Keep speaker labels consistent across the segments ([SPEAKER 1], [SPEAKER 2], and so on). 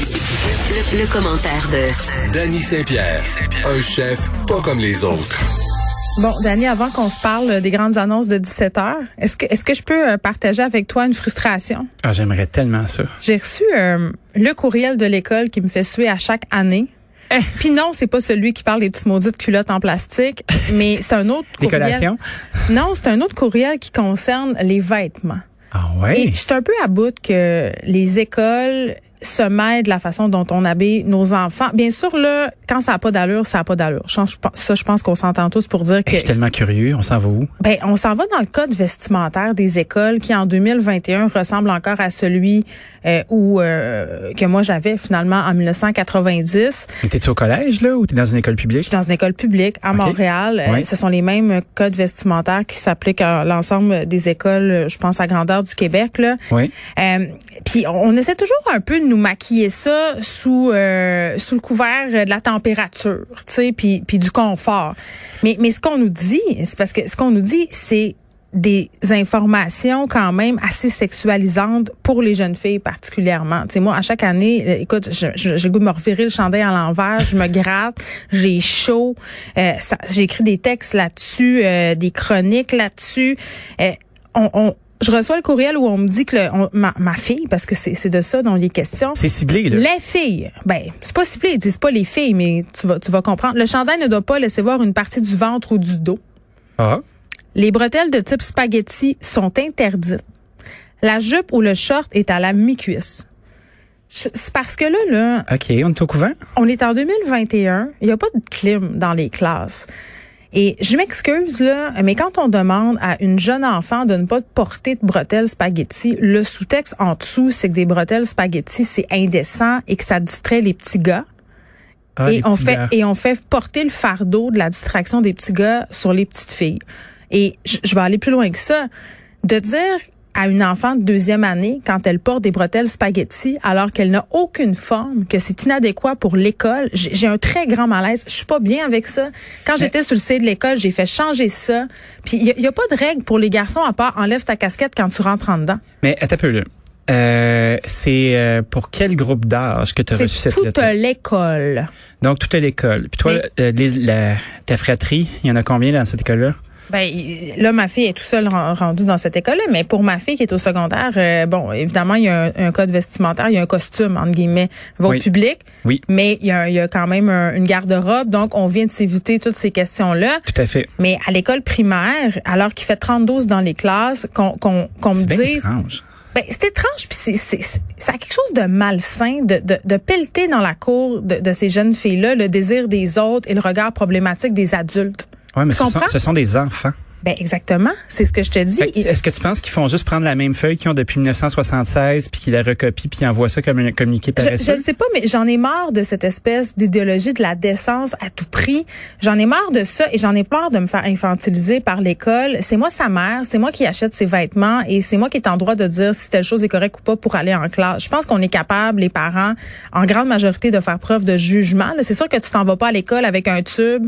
[SPEAKER 1] Le, le commentaire de
[SPEAKER 2] Danny Saint-Pierre, un chef pas comme les autres.
[SPEAKER 3] Bon, Dani, avant qu'on se parle euh, des grandes annonces de 17 heures, est-ce que, est-ce que je peux euh, partager avec toi une frustration?
[SPEAKER 4] Ah, j'aimerais tellement ça.
[SPEAKER 3] J'ai reçu euh, le courriel de l'école qui me fait suer à chaque année. Puis non, c'est pas celui qui parle des petites maudites culottes en plastique, mais c'est un autre
[SPEAKER 4] Des
[SPEAKER 3] courriel.
[SPEAKER 4] collations?
[SPEAKER 3] Non, c'est un autre courriel qui concerne les vêtements.
[SPEAKER 4] Ah ouais?
[SPEAKER 3] Et je suis un peu à bout que les écoles se mêlent de la façon dont on habille nos enfants. Bien sûr, là, quand ça n'a pas d'allure, ça n'a pas d'allure. Je pense- Ça, je pense qu'on s'entend tous pour dire
[SPEAKER 4] Hey, Eh, je
[SPEAKER 3] que
[SPEAKER 4] suis tellement curieux. On s'en va où?
[SPEAKER 3] ben, on s'en va dans le code vestimentaire des écoles qui, en 2021, ressemble encore à celui euh, où, euh, que moi j'avais finalement en 1990.
[SPEAKER 4] Mais T'es-tu au collège, là, ou t'es dans une école
[SPEAKER 3] Je
[SPEAKER 4] publique?
[SPEAKER 3] suis dans une école publique à
[SPEAKER 4] Ok.
[SPEAKER 3] Montréal. Euh,
[SPEAKER 4] Ouais.
[SPEAKER 3] ce sont les mêmes codes vestimentaires qui s'appliquent à l'ensemble des écoles, euh, je pense, à grandeur du Québec. Là.
[SPEAKER 4] Oui.
[SPEAKER 3] Euh, Puis on, on essaie toujours un peu de nous maquiller ça sous euh, sous le couvert euh, de la température, tu sais, puis puis du confort. Mais mais ce qu'on nous dit, c'est parce que ce qu'on nous dit, c'est des informations quand même assez sexualisantes pour les jeunes filles particulièrement. Tu sais, moi, à chaque année, euh, écoute, je- je- j'ai le goût de me revirer le chandail à l'envers, je me gratte, j'ai chaud, euh, ça- j'ai écrit des textes là-dessus, euh, des chroniques là-dessus. Euh, on, on- je reçois le courriel où on me dit que le- on- ma, ma fille, parce que c'est c'est de ça dont il est question.
[SPEAKER 4] C'est ciblé, là.
[SPEAKER 3] Les filles, ben c'est pas ciblé, ils disent pas les filles, mais tu vas tu vas comprendre. Le chandail ne doit pas laisser voir une partie du ventre ou du dos.
[SPEAKER 4] Ah.
[SPEAKER 3] Les bretelles de type spaghetti sont interdites. La jupe ou le short est à la mi-cuisse. Je- C'est parce que là, là,
[SPEAKER 4] OK. On est au couvent?
[SPEAKER 3] on est en 2021, il n'y a pas de clim dans les classes. Et je m'excuse, là, mais quand on demande à une jeune enfant de ne pas porter de bretelles spaghetti, le sous-texte en dessous, c'est que des bretelles spaghetti, c'est indécent et que ça distrait les petits gars.
[SPEAKER 4] Ah,
[SPEAKER 3] et
[SPEAKER 4] les
[SPEAKER 3] on
[SPEAKER 4] petits
[SPEAKER 3] fait
[SPEAKER 4] gars.
[SPEAKER 3] et on fait porter le fardeau de la distraction des petits gars sur les petites filles. Et je je vais aller plus loin que ça, de dire à une enfant de deuxième année quand elle porte des bretelles spaghetti alors qu'elle n'a aucune forme, que c'est inadéquat pour l'école. J'ai j'ai un très grand malaise. Je suis pas bien avec ça. Quand j'étais sur le site de l'école, j'ai fait changer ça. Puis il y a- il y, a pas de règle pour les garçons à part enlève ta casquette quand tu rentres en dedans.
[SPEAKER 4] Mais attends un peu, là. Euh, c'est euh, pour quel groupe d'âge que tu as reçu
[SPEAKER 3] C'est
[SPEAKER 4] cette
[SPEAKER 3] toute
[SPEAKER 4] lettre?
[SPEAKER 3] l'école.
[SPEAKER 4] Donc, toute l'école. Puis toi,
[SPEAKER 3] Mais-
[SPEAKER 4] euh, les- la- ta fratrie, il y en a combien dans cette école-là?
[SPEAKER 3] Ben là, ma fille est tout seule ren- rendue dans cette école-là, mais pour ma fille qui est au secondaire, euh, bon, évidemment, il y a un, un code vestimentaire, il y a un costume, entre guillemets, va au
[SPEAKER 4] Oui.
[SPEAKER 3] public,
[SPEAKER 4] Oui,
[SPEAKER 3] mais il y a, il y a quand même un- une garde-robe, donc on vient de s'éviter toutes ces questions-là.
[SPEAKER 4] tout à fait.
[SPEAKER 3] Mais à l'école primaire, alors qu'il fait 32 dans les classes, qu'on qu'on qu'on me
[SPEAKER 4] C'est bien
[SPEAKER 3] dise...
[SPEAKER 4] étrange.
[SPEAKER 3] Ben, c'est étrange, puis c'est, c'est, c'est- ça a quelque chose de malsain de, de, de pelleter dans la cour de, de ces jeunes filles-là le désir des autres et le regard problématique des adultes.
[SPEAKER 4] Ouais, mais
[SPEAKER 3] Tu
[SPEAKER 4] ce sont,
[SPEAKER 3] comprends?
[SPEAKER 4] ce sont des enfants.
[SPEAKER 3] Ben exactement, c'est ce que je te dis.
[SPEAKER 4] Fait que, Est-ce que tu penses qu'ils font juste prendre la même feuille qu'ils ont depuis 1976 puis qu'ils la recopient puis ils envoient ça comme un communiqué E?
[SPEAKER 3] Je- Je
[SPEAKER 4] paresseux?
[SPEAKER 3] ne sais pas, mais j'en ai marre de cette espèce d'idéologie de la décence à tout prix. J'en ai marre de ça et j'en ai peur de me faire infantiliser par l'école. C'est moi sa mère, c'est moi qui achète ses vêtements et c'est moi qui est en droit de dire si telle chose est correcte ou pas pour aller en classe. Je pense qu'on est capable, les parents, en grande majorité, de faire preuve de jugement. là. C'est sûr que tu t'en vas pas à l'école avec un tube.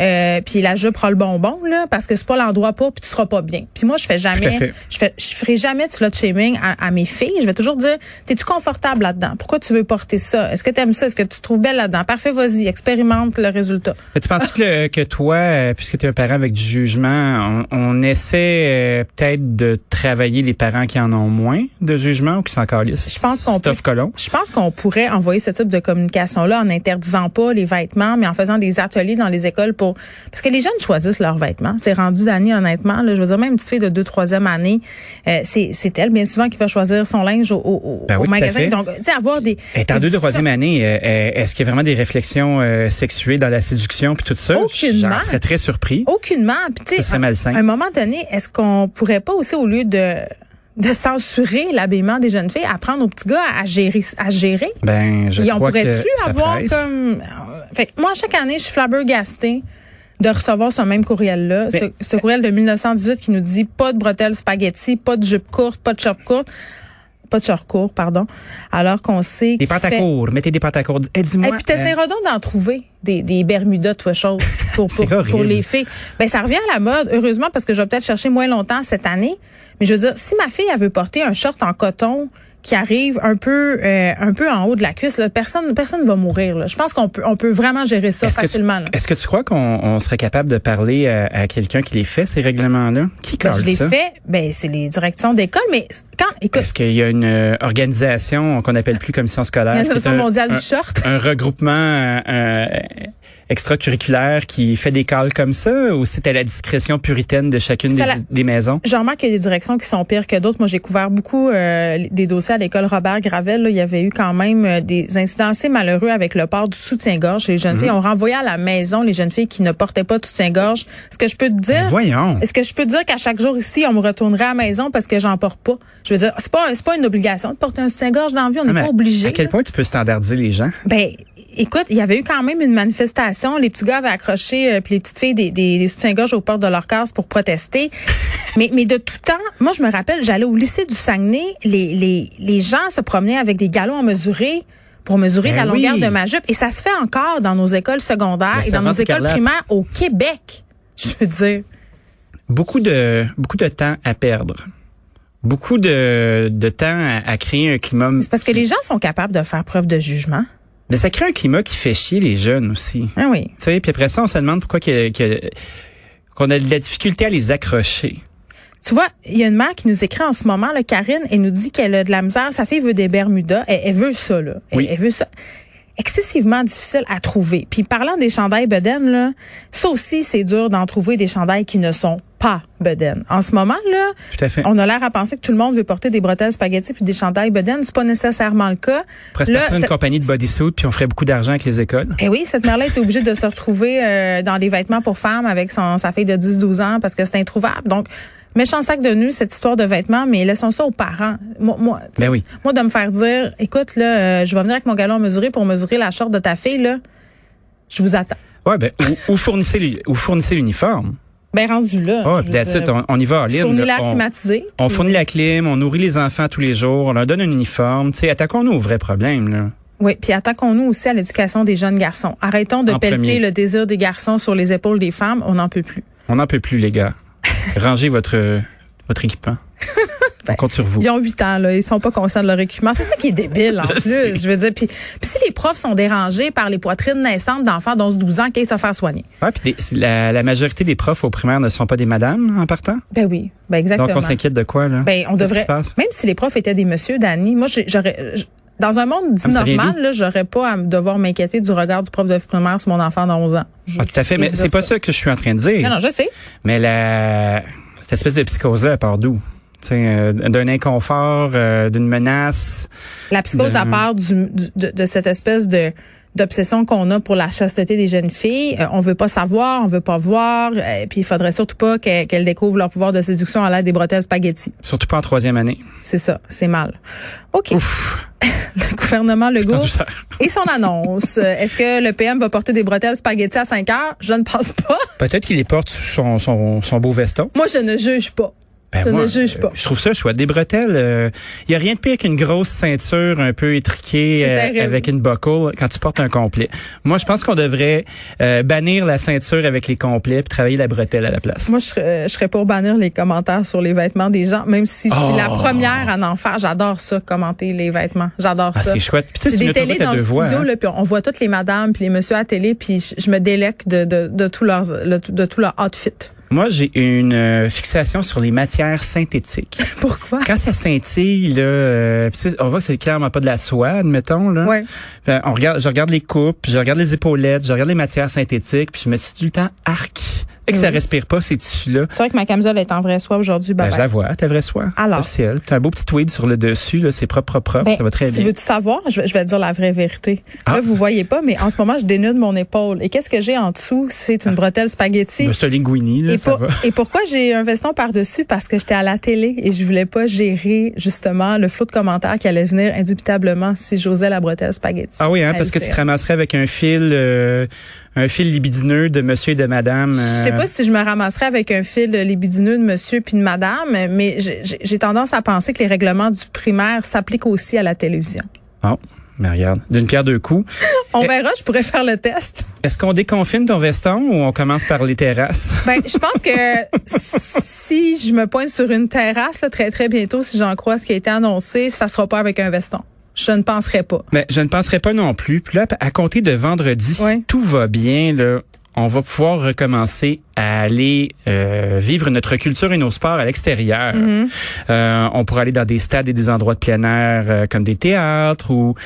[SPEAKER 3] Euh, puis la jupe prend le bonbon là parce que c'est pas l'endroit pour puis tu seras pas bien. Puis moi je fais
[SPEAKER 4] Tout à
[SPEAKER 3] jamais
[SPEAKER 4] fait.
[SPEAKER 3] je fais je ferai jamais de slut shaming à, à mes filles. Je vais toujours dire T'es-tu confortable là-dedans? Pourquoi tu veux porter ça? Est-ce que tu aimes ça? Est-ce que tu te trouves belle là-dedans? Parfait, vas-y, expérimente le résultat.
[SPEAKER 4] Mais tu penses que, le- que toi, euh, puisque tu es un parent avec du jugement, on, on essaie euh, peut-être de travailler les parents qui en ont moins de jugement ou qui s'en calissent?
[SPEAKER 3] Je pense qu'on peut-
[SPEAKER 4] Stuff colon.
[SPEAKER 3] Je pense qu'on pourrait envoyer ce type de communication-là en interdisant pas les vêtements, mais en faisant des ateliers dans les écoles pour... Parce que les jeunes choisissent leurs vêtements. C'est rendu d'année, honnêtement. Là, je veux dire, même une petite fille de 2 3e année, euh, c'est c'est elle, bien souvent, qui va choisir son linge au, au, au-
[SPEAKER 4] Ben oui,
[SPEAKER 3] au
[SPEAKER 4] tout à
[SPEAKER 3] magasin.
[SPEAKER 4] fait.
[SPEAKER 3] Donc, tu sais, avoir des... des
[SPEAKER 4] Et en deux,
[SPEAKER 3] discussions.
[SPEAKER 4] troisième année, euh, euh, est-ce qu'il y a vraiment des réflexions euh, sexuées dans la séduction puis tout ça?
[SPEAKER 3] Aucunement.
[SPEAKER 4] J'en serais très surpris.
[SPEAKER 3] Aucunement. Puis, tu sais,
[SPEAKER 4] Ce serait
[SPEAKER 3] à-
[SPEAKER 4] malsain.
[SPEAKER 3] À un moment donné, est-ce qu'on pourrait pas aussi, au lieu de de censurer l'habillement des jeunes filles, apprendre aux petits gars à gérer, à se gérer.
[SPEAKER 4] Ben, je
[SPEAKER 3] Et on
[SPEAKER 4] crois que
[SPEAKER 3] pourrait-tu
[SPEAKER 4] ça
[SPEAKER 3] avoir
[SPEAKER 4] presse.
[SPEAKER 3] comme... euh, Fait que moi, chaque année, je suis flabbergastée de recevoir ce même courriel-là, ce,
[SPEAKER 4] Mais-
[SPEAKER 3] ce courriel de 1918 qui nous dit pas de bretelles spaghetti, pas de jupe courte, pas de short courte, pas de short court, pardon, alors qu'on sait...
[SPEAKER 4] Des
[SPEAKER 3] qu'il
[SPEAKER 4] pâtes à
[SPEAKER 3] fait-
[SPEAKER 4] court. Mettez des pâtes à court. Eh,
[SPEAKER 3] et
[SPEAKER 4] dis-moi.
[SPEAKER 3] puis t'essaieras donc d'en trouver des, des Bermudas, toi chose, pour, pour,
[SPEAKER 4] C'est
[SPEAKER 3] pour
[SPEAKER 4] horrible.
[SPEAKER 3] les filles. Ben ça revient à la mode, heureusement, parce que je vais peut-être chercher moins longtemps cette année. Mais je veux dire, si ma fille elle veut porter un short en coton qui arrive un peu euh, un peu en haut de la cuisse, là, personne personne va mourir. Là. Je pense qu'on peut on peut vraiment gérer ça
[SPEAKER 4] Est-ce que tu-
[SPEAKER 3] facilement. là.
[SPEAKER 4] Est-ce que tu crois qu'on on serait capable de parler à, à quelqu'un qui les fait, ces règlements-là? Qui
[SPEAKER 3] Quand je
[SPEAKER 4] colle
[SPEAKER 3] l'ai
[SPEAKER 4] ça?
[SPEAKER 3] fait, ben c'est les directions d'école, mais quand écoute,
[SPEAKER 4] Est-ce qu'il y a une euh, organisation qu'on appelle plus commission scolaire? qui est
[SPEAKER 3] l'Organisation
[SPEAKER 4] un-
[SPEAKER 3] mondiale
[SPEAKER 4] un-
[SPEAKER 3] du short.
[SPEAKER 4] un regroupement euh, euh, extracurriculaire qui fait des calls comme ça ou c'est à la discrétion puritaine de chacune
[SPEAKER 3] C'est
[SPEAKER 4] des,
[SPEAKER 3] à la-
[SPEAKER 4] des maisons?
[SPEAKER 3] Je remarque qu'il y a des directions qui sont pires que d'autres. Moi, j'ai couvert beaucoup euh, des dossiers à l'école Robert Gravel. là. Il y avait eu quand même euh, des incidents assez malheureux avec le port du soutien-gorge chez les
[SPEAKER 4] Mhm.
[SPEAKER 3] jeunes filles. On renvoyait à la maison les jeunes filles qui ne portaient pas de soutien-gorge. Est-ce que je peux te dire?
[SPEAKER 4] Voyons.
[SPEAKER 3] Est-ce que je peux te dire qu'à chaque jour ici, on me retournerait à la maison parce que j'en porte pas? Je veux dire, c'est pas, un- c'est pas une obligation de porter un soutien-gorge dans la vie. On
[SPEAKER 4] Non,
[SPEAKER 3] n'est
[SPEAKER 4] Ah, mais
[SPEAKER 3] pas obligé.
[SPEAKER 4] À quel
[SPEAKER 3] là.
[SPEAKER 4] point tu peux standardiser les gens?
[SPEAKER 3] Ben, écoute, il y avait eu quand même une manifestation. Les petits gars avaient accroché, euh, puis les petites filles, des, des, des soutiens-gorge aux portes de leur case pour protester. mais, mais de tout temps, moi, je me rappelle, j'allais au lycée du Saguenay, les, les, les gens se promenaient avec des galons à mesurer pour mesurer
[SPEAKER 4] Ben
[SPEAKER 3] la longueur
[SPEAKER 4] oui. Ben,
[SPEAKER 3] de ma jupe. Et ça se fait encore dans nos écoles secondaires
[SPEAKER 4] La
[SPEAKER 3] et dans nos
[SPEAKER 4] servante
[SPEAKER 3] écoles
[SPEAKER 4] écarlate.
[SPEAKER 3] primaires au Québec. Je veux dire.
[SPEAKER 4] Beaucoup de beaucoup de temps à perdre. Beaucoup de, de temps à, à créer un climat.
[SPEAKER 3] C'est parce que les gens sont capables de faire preuve de jugement.
[SPEAKER 4] Mais ça crée un climat qui fait chier les jeunes aussi.
[SPEAKER 3] Ah oui.
[SPEAKER 4] Tu sais, puis après ça, on se demande pourquoi que- que- qu'on a de la difficulté à les accrocher.
[SPEAKER 3] Tu vois, il y a une mère qui nous écrit en ce moment, là, Karine, elle nous dit qu'elle a de la misère. Sa fille veut des Bermudas. Elle, elle veut ça, là. Elle,
[SPEAKER 4] Oui.
[SPEAKER 3] elle veut ça. Excessivement difficile à trouver. Puis parlant des chandails Beden, là, ça aussi, c'est dur d'en trouver des chandails qui ne sont pas Beden. En ce moment, là,
[SPEAKER 4] Tout à fait.
[SPEAKER 3] on a l'air à penser que tout le monde veut porter des bretelles spaghettis puis des chandails Beden. C'est pas nécessairement le cas.
[SPEAKER 4] Presque
[SPEAKER 3] Là,
[SPEAKER 4] une
[SPEAKER 3] ça-
[SPEAKER 4] compagnie de bodysuit, puis on ferait beaucoup d'argent avec les écoles.
[SPEAKER 3] eh oui, cette mère-là était obligée de se retrouver euh, dans les vêtements pour femmes avec son, sa fille de 10-12 ans parce que c'est introuvable. Donc, méchant sac de nu, cette histoire de vêtements, mais laissons ça aux parents. Moi, moi, tu sais,
[SPEAKER 4] Ben oui.
[SPEAKER 3] moi de me faire dire, écoute, là, euh, je vais venir avec mon galon à mesurer pour mesurer la short de ta fille, là, je vous attends.
[SPEAKER 4] Ouais, ben, ou, ou fournissez l'u- ou fournissez l'uniforme.
[SPEAKER 3] Ben rendu là.
[SPEAKER 4] Oh,
[SPEAKER 3] je veux
[SPEAKER 4] that's
[SPEAKER 3] dire,
[SPEAKER 4] it, on, on y va en ligne.
[SPEAKER 3] fournis-la
[SPEAKER 4] là. on,
[SPEAKER 3] climatisée.
[SPEAKER 4] on fournit la clim, on nourrit les enfants tous les jours, on leur donne un uniforme. Tu sais, attaquons-nous aux vrais problèmes. Là.
[SPEAKER 3] Oui, puis attaquons-nous aussi à l'éducation des jeunes garçons. Arrêtons de
[SPEAKER 4] En
[SPEAKER 3] pelleter
[SPEAKER 4] premier.
[SPEAKER 3] le désir des garçons sur les épaules des femmes, on n'en peut plus.
[SPEAKER 4] On n'en peut plus, les gars. Rangez votre votre équipement. on compte sur vous.
[SPEAKER 3] Ils ont 8 ans, là. Ils sont pas conscients de leur équipement. C'est ça qui est débile, en
[SPEAKER 4] Je
[SPEAKER 3] plus.
[SPEAKER 4] sais.
[SPEAKER 3] Je veux dire, puis, puis si les profs sont dérangés par les poitrines naissantes d'enfants d'11-12 ans, qu'ils se faire soigner.
[SPEAKER 4] Ouais, puis des- c'est la, la majorité des profs au primaire ne sont pas des madames en partant.
[SPEAKER 3] Ben oui. Ben exactement.
[SPEAKER 4] Donc on s'inquiète de quoi là
[SPEAKER 3] ben, on
[SPEAKER 4] Qu'est-ce
[SPEAKER 3] devrait,
[SPEAKER 4] qui se passe?
[SPEAKER 3] même si les profs étaient des messieurs, Dani, moi, j'ai- j'aurais, j'- dans un monde dit
[SPEAKER 4] Ah, mais ça vient
[SPEAKER 3] normal, là, j'aurais pas à me devoir m'inquiéter du regard du prof de primaire sur mon enfant d'11 ans. Je-
[SPEAKER 4] Ah, tout à fait,
[SPEAKER 3] je
[SPEAKER 4] mais
[SPEAKER 3] veux
[SPEAKER 4] c'est
[SPEAKER 3] dire
[SPEAKER 4] pas ça que je suis en train de dire.
[SPEAKER 3] Non, non, je sais.
[SPEAKER 4] Mais la cette espèce de psychose là, elle part d'où Tu sais, euh, d'un inconfort, euh, d'une menace.
[SPEAKER 3] La psychose
[SPEAKER 4] De-
[SPEAKER 3] à part du, du- de, de cette espèce de d'obsession qu'on a pour la chasteté des jeunes filles. Euh, on veut pas savoir, on veut pas voir, euh, puis il faudrait surtout pas que- qu'elles découvrent leur pouvoir de séduction à l'aide des bretelles spaghetti.
[SPEAKER 4] Surtout pas en troisième année.
[SPEAKER 3] C'est ça, c'est mal. OK.
[SPEAKER 4] Ouf,
[SPEAKER 3] Le gouvernement
[SPEAKER 4] en
[SPEAKER 3] Legault
[SPEAKER 4] douceur.
[SPEAKER 3] et son annonce. Euh, Est-ce que le PM va porter des bretelles spaghetti à 5 heures? Je ne pense pas.
[SPEAKER 4] Peut-être qu'il les porte sous son, son, son beau veston.
[SPEAKER 3] Moi, je ne juge pas.
[SPEAKER 4] Ben
[SPEAKER 3] je
[SPEAKER 4] moi,
[SPEAKER 3] ne juge
[SPEAKER 4] euh,
[SPEAKER 3] pas.
[SPEAKER 4] Je trouve ça chouette. Des bretelles, il y a rien de pire qu'une grosse ceinture un peu étriquée
[SPEAKER 3] C'est
[SPEAKER 4] euh,
[SPEAKER 3] terrible.
[SPEAKER 4] avec une buckle quand tu portes un complet. Moi, je pense qu'on devrait euh, bannir la ceinture avec les complets puis travailler la bretelle à la place.
[SPEAKER 3] Moi, je serais, je serais pour bannir les commentaires sur les vêtements des gens, même si je suis la
[SPEAKER 4] Oh.
[SPEAKER 3] première à en faire. J'adore ça, commenter les vêtements. J'adore
[SPEAKER 4] Ah,
[SPEAKER 3] ça.
[SPEAKER 4] c'est chouette. Puis tu sais,
[SPEAKER 3] C'est
[SPEAKER 4] c'est
[SPEAKER 3] des
[SPEAKER 4] une
[SPEAKER 3] télés
[SPEAKER 4] autoroute à
[SPEAKER 3] dans le
[SPEAKER 4] deux voies.
[SPEAKER 3] studio,
[SPEAKER 4] hein.
[SPEAKER 3] là, puis on voit toutes les madames puis les messieurs à la télé, puis je, je me délecte de, de, de, tout leurs, le- de tout leur outfit.
[SPEAKER 4] Moi, j'ai une euh, fixation sur les matières synthétiques.
[SPEAKER 3] Pourquoi?
[SPEAKER 4] Quand ça scintille, là, euh, pis tu sais, on voit que c'est clairement pas de la soie, admettons. Là.
[SPEAKER 3] Ouais.
[SPEAKER 4] Ben, on regarde, je regarde les coupes, je regarde les épaulettes, je regarde les matières synthétiques, puis je me dis tout le temps arc. Et que ça
[SPEAKER 3] Oui.
[SPEAKER 4] respire pas ces tissus-là.
[SPEAKER 3] C'est vrai que ma camisole est en vrai soie aujourd'hui.
[SPEAKER 4] Ben,
[SPEAKER 3] bye
[SPEAKER 4] je
[SPEAKER 3] bye.
[SPEAKER 4] la vois, ta vraie soie.
[SPEAKER 3] Alors.
[SPEAKER 4] Officielle. T'as un beau petit tweed sur le dessus, là, c'est propre, propre, propre,
[SPEAKER 3] Ben,
[SPEAKER 4] ça va très
[SPEAKER 3] si
[SPEAKER 4] bien.
[SPEAKER 3] veux-tu savoir, je vais, je vais te dire la vraie vérité.
[SPEAKER 4] Ah.
[SPEAKER 3] Là, vous voyez pas, mais en ce moment, je dénude mon épaule. Et qu'est-ce que j'ai en dessous? C'est une bretelle spaghetti.
[SPEAKER 4] Ben, c'est un linguini, là,
[SPEAKER 3] Et,
[SPEAKER 4] ça
[SPEAKER 3] pour-
[SPEAKER 4] va.
[SPEAKER 3] et pourquoi j'ai un veston par-dessus? Parce que j'étais à la télé et je voulais pas gérer, justement, le flot de commentaires qui allait venir indubitablement si j'osais la bretelle spaghetti.
[SPEAKER 4] Ah oui, hein,
[SPEAKER 3] Elle
[SPEAKER 4] parce que tu
[SPEAKER 3] sait.
[SPEAKER 4] te ramasserais avec un fil, euh, un fil libidineux de monsieur et de madame.
[SPEAKER 3] Je sais
[SPEAKER 4] euh,
[SPEAKER 3] pas si je me ramasserais avec un fil libidineux de monsieur puis de madame, mais j'ai- j'ai j'ai tendance à penser que les règlements du primaire s'appliquent aussi à la télévision.
[SPEAKER 4] Oh, mais regarde, d'une pierre deux coups.
[SPEAKER 3] On verra, je pourrais faire le test.
[SPEAKER 4] Est-ce qu'on déconfine ton veston ou on commence par les terrasses?
[SPEAKER 3] Ben, je pense que si je me pointe sur une terrasse là, très très bientôt, si j'en crois ce qui a été annoncé, ça sera pas avec un veston. Je ne penserai pas.
[SPEAKER 4] Mais je ne penserais pas non plus. Puis là, à compter de vendredi, si
[SPEAKER 3] Ouais.
[SPEAKER 4] tout va bien, là, on va pouvoir recommencer à aller euh, vivre notre culture et nos sports à l'extérieur. Euh, on pourra aller dans des stades et des endroits de plein air euh, comme des théâtres où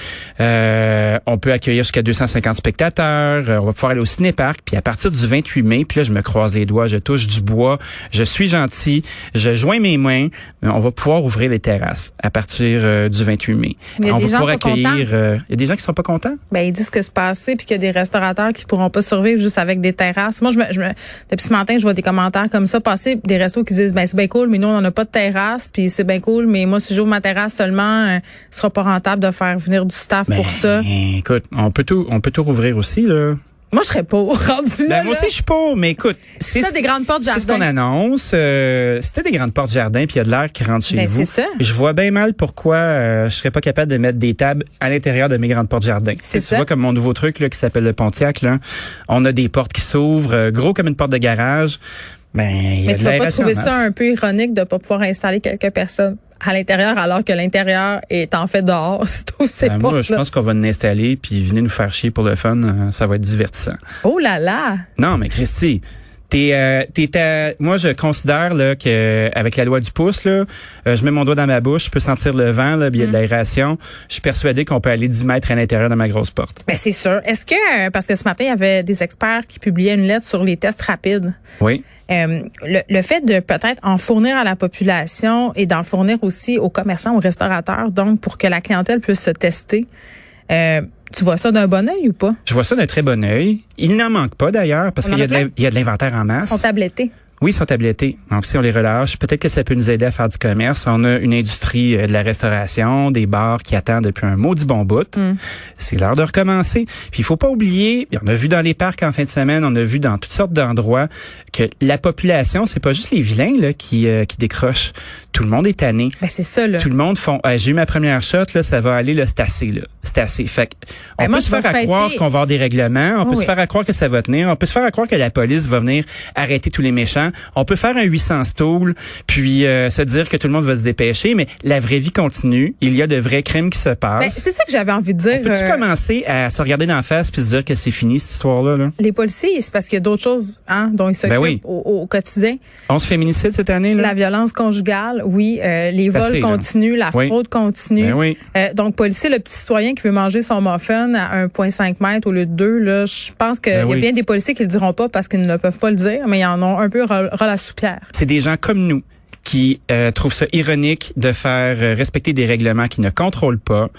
[SPEAKER 4] euh, on peut accueillir jusqu'à 250 spectateurs. Euh, on va pouvoir aller au cinéparc. Puis à partir du 28 mai, puis là, je me croise les doigts, je touche du bois, je suis gentil, je joins mes mains. euh, On va pouvoir ouvrir les terrasses à partir euh, du 28 mai.
[SPEAKER 3] Il y a
[SPEAKER 4] on
[SPEAKER 3] des
[SPEAKER 4] va
[SPEAKER 3] gens
[SPEAKER 4] pouvoir
[SPEAKER 3] pas
[SPEAKER 4] accueillir.
[SPEAKER 3] contents.
[SPEAKER 4] euh, Il y a des gens qui sont pas contents.
[SPEAKER 3] Ben, ils disent que c'est passé puis qu'il y a des restaurateurs qui pourront pas survivre juste avec des terrasses. Moi, je me, je me- depuis ce matin, je vois des commentaires comme ça passer des restos qui disent, ben, c'est bien cool, mais nous, on n'a pas de terrasse puis c'est bien cool, mais moi, si j'ouvre ma terrasse seulement, euh, ce sera pas rentable de faire venir du staff
[SPEAKER 4] Ben,
[SPEAKER 3] pour ça.
[SPEAKER 4] Écoute, on peut tout, on peut tout rouvrir aussi là.
[SPEAKER 3] Moi, je serais pas rendu là.
[SPEAKER 4] Ben, moi aussi,
[SPEAKER 3] là.
[SPEAKER 4] je suis pour, mais écoute, c'est
[SPEAKER 3] t'as
[SPEAKER 4] ce-
[SPEAKER 3] des grandes portes
[SPEAKER 4] C'est ce
[SPEAKER 3] jardin.
[SPEAKER 4] qu'on annonce. Euh, c'était des grandes portes jardin, puis il y a de l'air qui rentre chez
[SPEAKER 3] Ben,
[SPEAKER 4] vous.
[SPEAKER 3] c'est ça.
[SPEAKER 4] Je vois bien mal pourquoi euh, je serais pas capable de mettre des tables à l'intérieur de mes grandes portes jardin.
[SPEAKER 3] C'est
[SPEAKER 4] Tu
[SPEAKER 3] ça.
[SPEAKER 4] vois comme mon nouveau truc là, qui s'appelle le Pontiac. Là, on a des portes qui s'ouvrent, euh, gros comme une porte de garage. Ben, il y a
[SPEAKER 3] Mais
[SPEAKER 4] de
[SPEAKER 3] tu vas pas
[SPEAKER 4] l'aération en
[SPEAKER 3] trouver ça
[SPEAKER 4] masse.
[SPEAKER 3] un peu ironique de pas pouvoir installer quelques personnes à l'intérieur alors que l'intérieur est en fait dehors. C'est tout, c'est
[SPEAKER 4] Ben,
[SPEAKER 3] pas.
[SPEAKER 4] moi, je pense qu'on va l'installer, puis venez nous faire chier pour le fun. euh, ça va être divertissant.
[SPEAKER 3] Oh là là!
[SPEAKER 4] Non, mais Christy, t'es, euh, t'es ta- moi je considère là que euh, avec la loi du pouce là, euh, je mets mon doigt dans ma bouche, je peux sentir le vent là, puis il
[SPEAKER 3] Mm.
[SPEAKER 4] y a de l'aération. Je suis persuadé qu'on peut aller 10 mètres à l'intérieur de ma grosse porte.
[SPEAKER 3] Ben c'est sûr. Est-ce que euh, parce que ce matin il y avait des experts qui publiaient une lettre sur les tests rapides.
[SPEAKER 4] Oui.
[SPEAKER 3] Euh, le, le fait de peut-être en fournir à la population et d'en fournir aussi aux commerçants, aux restaurateurs, donc pour que la clientèle puisse se tester. euh, tu vois ça d'un bon œil ou pas
[SPEAKER 4] Je vois ça d'un très bon œil. Il n'en manque pas d'ailleurs parce
[SPEAKER 3] On en
[SPEAKER 4] qu'il y
[SPEAKER 3] a
[SPEAKER 4] a, de
[SPEAKER 3] plein.
[SPEAKER 4] l'in- il y a de l'inventaire en
[SPEAKER 3] Ils sont
[SPEAKER 4] masse.
[SPEAKER 3] tablettés.
[SPEAKER 4] Oui, ils sont tablettés. Donc si on les relâche, peut-être que ça peut nous aider à faire du commerce. On a une industrie euh, de la restauration, des bars qui attendent depuis un maudit bon bout. C'est l'heure de recommencer. Puis il faut pas oublier, on a vu dans les parcs en fin de semaine, on a vu dans toutes sortes d'endroits que la population, c'est pas juste les vilains là, qui, euh, qui décrochent. Tout le monde est tanné.
[SPEAKER 3] Ben c'est ça là.
[SPEAKER 4] Tout le monde font Ah, j'ai eu ma première shot là, ça va aller là, c'est assez là, c'est assez. Fait que, on
[SPEAKER 3] Ben,
[SPEAKER 4] peut
[SPEAKER 3] moi,
[SPEAKER 4] se
[SPEAKER 3] je
[SPEAKER 4] faire
[SPEAKER 3] vais
[SPEAKER 4] à
[SPEAKER 3] fêter.
[SPEAKER 4] croire qu'on va avoir des règlements, on peut
[SPEAKER 3] Oui.
[SPEAKER 4] se faire à croire que ça va tenir, on peut se faire à croire que la police va venir arrêter tous les méchants, on peut faire un 800 stool puis euh, se dire que tout le monde va se dépêcher, mais la vraie vie continue, il y a de vrais crimes qui se
[SPEAKER 3] Ben,
[SPEAKER 4] passent.
[SPEAKER 3] c'est ça que j'avais envie de dire.
[SPEAKER 4] Peux-tu
[SPEAKER 3] euh,
[SPEAKER 4] commencer à se regarder dans la face puis se dire que c'est fini cette histoire-là? Là?
[SPEAKER 3] les policiers, c'est parce qu'il y a d'autres choses hein, dont ils s'occupent
[SPEAKER 4] Ben oui.
[SPEAKER 3] au, au quotidien.
[SPEAKER 4] 11 féminicides cette année? Là?
[SPEAKER 3] La violence conjugale, oui. euh, les vols
[SPEAKER 4] Assez, là.
[SPEAKER 3] continuent, la
[SPEAKER 4] Oui.
[SPEAKER 3] fraude continue.
[SPEAKER 4] Ben oui.
[SPEAKER 3] Euh, donc, policier, le petit citoyen qui veut manger son muffin à 1,5 mètre au lieu de 2, là, je pense qu'il
[SPEAKER 4] Ben
[SPEAKER 3] y a
[SPEAKER 4] oui.
[SPEAKER 3] bien des policiers qui le diront pas parce qu'ils ne peuvent pas le dire, mais ils en ont un peu ras ras la soupière.
[SPEAKER 4] C'est des gens comme nous qui euh, trouvent ça ironique de faire euh, respecter des règlements qu'ils ne contrôlent pas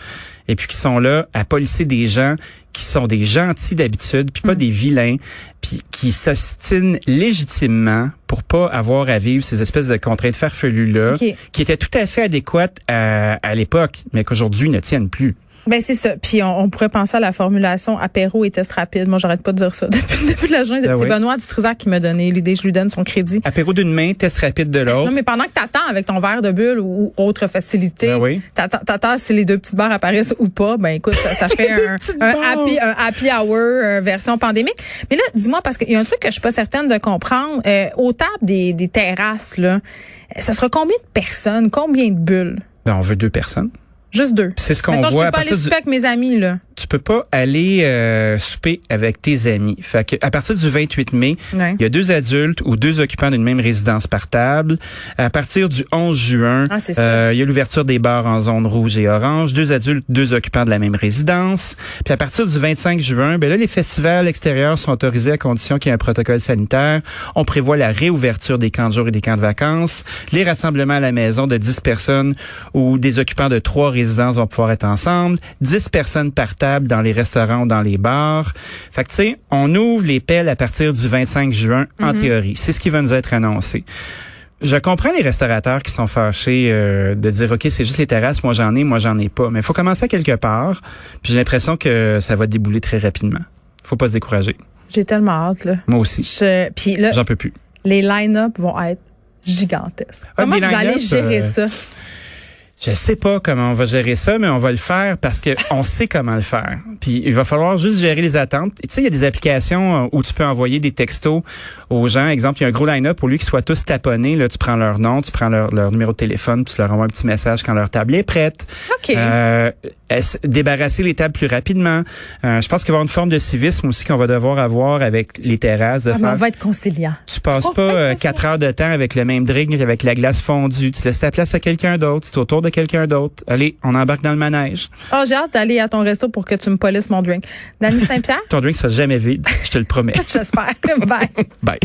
[SPEAKER 4] et puis qui sont là à policer des gens qui sont des gentils d'habitude puis
[SPEAKER 3] Mm.
[SPEAKER 4] pas des vilains puis qui s'ostinent légitimement pour pas avoir à vivre ces espèces de contraintes farfelues là
[SPEAKER 3] Ok.
[SPEAKER 4] qui étaient tout à fait adéquates à, à l'époque mais qu'aujourd'hui ne tiennent plus.
[SPEAKER 3] Ben c'est ça. Puis on, on pourrait penser à la formulation apéro et test rapide. Moi, j'arrête pas de dire ça depuis, depuis la journée.
[SPEAKER 4] Ben
[SPEAKER 3] c'est
[SPEAKER 4] oui.
[SPEAKER 3] Benoît Dutrisac qui m'a donné l'idée. Je lui donne son crédit.
[SPEAKER 4] Apéro d'une main, test rapide de l'autre.
[SPEAKER 3] Non, mais pendant que t'attends avec ton verre de bulle ou ou autre facilité,
[SPEAKER 4] Ben oui.
[SPEAKER 3] t'attends, t'attends si les deux petites barres apparaissent ou pas. Ben écoute, ça, ça fait un,
[SPEAKER 4] petites
[SPEAKER 3] un
[SPEAKER 4] barres.
[SPEAKER 3] happy, un happy hour euh, version pandémique. Mais là, dis-moi parce qu'il y a un truc que je suis pas certaine de comprendre. Euh, aux tables des, des terrasses là, euh, ça sera combien de personnes, combien de bulles
[SPEAKER 4] Ben, on veut deux personnes.
[SPEAKER 3] Juste deux.
[SPEAKER 4] C'est ce qu'on
[SPEAKER 3] Mettons,
[SPEAKER 4] voit
[SPEAKER 3] je peux
[SPEAKER 4] à
[SPEAKER 3] pas
[SPEAKER 4] partir
[SPEAKER 3] aller
[SPEAKER 4] du
[SPEAKER 3] souper avec mes amis là.
[SPEAKER 4] tu peux pas aller euh, souper avec tes amis. Fait que à partir du 28 mai,
[SPEAKER 3] Ouais.
[SPEAKER 4] il y a deux adultes ou deux occupants d'une même résidence par table. À partir du 11 juin,
[SPEAKER 3] Ah, c'est ça.
[SPEAKER 4] euh, il y a l'ouverture des bars en zone rouge et orange, deux adultes, deux occupants de la même résidence. Puis à partir du 25 juin, ben là les festivals extérieurs sont autorisés à condition qu'il y ait un protocole sanitaire. On prévoit la réouverture des camps de jour et des camps de vacances, les rassemblements à la maison de 10 personnes où des occupants de trois résidences vont pouvoir être ensemble, 10 personnes par table dans les restaurants ou dans les bars. Fait que tu sais, on ouvre les pelles à partir du 25 juin
[SPEAKER 3] Mm-hmm.
[SPEAKER 4] en théorie. C'est ce qui va nous être annoncé. Je comprends les restaurateurs qui sont fâchés euh, de dire OK, c'est juste les terrasses, moi j'en ai, moi j'en ai pas, mais il faut commencer à quelque part. Puis j'ai l'impression que ça va débouler très rapidement. Faut pas se décourager.
[SPEAKER 3] J'ai tellement hâte là.
[SPEAKER 4] Moi aussi,
[SPEAKER 3] Je, puis là,
[SPEAKER 4] j'en peux plus.
[SPEAKER 3] les line-up vont être gigantesques.
[SPEAKER 4] Ah,
[SPEAKER 3] Comment
[SPEAKER 4] des
[SPEAKER 3] vous allez
[SPEAKER 4] line-up,
[SPEAKER 3] gérer
[SPEAKER 4] euh,
[SPEAKER 3] ça
[SPEAKER 4] je sais pas comment on va gérer ça, mais on va le faire parce que on sait comment le faire. Puis il va falloir juste gérer les attentes. Et Tu sais, il y a des applications euh, où tu peux envoyer des textos aux gens. Exemple, il y a un gros line-up pour lui qu'ils soient tous taponnés. Là, tu prends leur nom, tu prends leur, leur numéro de téléphone, tu leur envoies un petit message quand leur table est prête.
[SPEAKER 3] OK. Ah,
[SPEAKER 4] Euh, est-ce- débarrasser les tables plus rapidement. Euh, je pense qu'il va y avoir une forme de civisme aussi qu'on va devoir avoir avec les terrasses. De
[SPEAKER 3] Ah, mais
[SPEAKER 4] faire,
[SPEAKER 3] on va être conciliant.
[SPEAKER 4] tu passes
[SPEAKER 3] On
[SPEAKER 4] pas
[SPEAKER 3] va
[SPEAKER 4] euh,
[SPEAKER 3] être
[SPEAKER 4] quatre heures de temps avec le même drink, avec la glace fondue. Tu laisses ta place à quelqu'un d'autre. C'est au tour de quelqu'un d'autre. Allez, on embarque dans le manège.
[SPEAKER 3] Oh, j'ai hâte d'aller à ton resto pour que tu me polisses mon drink. Dany Saint-Pierre,
[SPEAKER 4] Ton drink sera jamais vide, je te le promets.
[SPEAKER 3] j'espère. Bye.
[SPEAKER 4] Bye.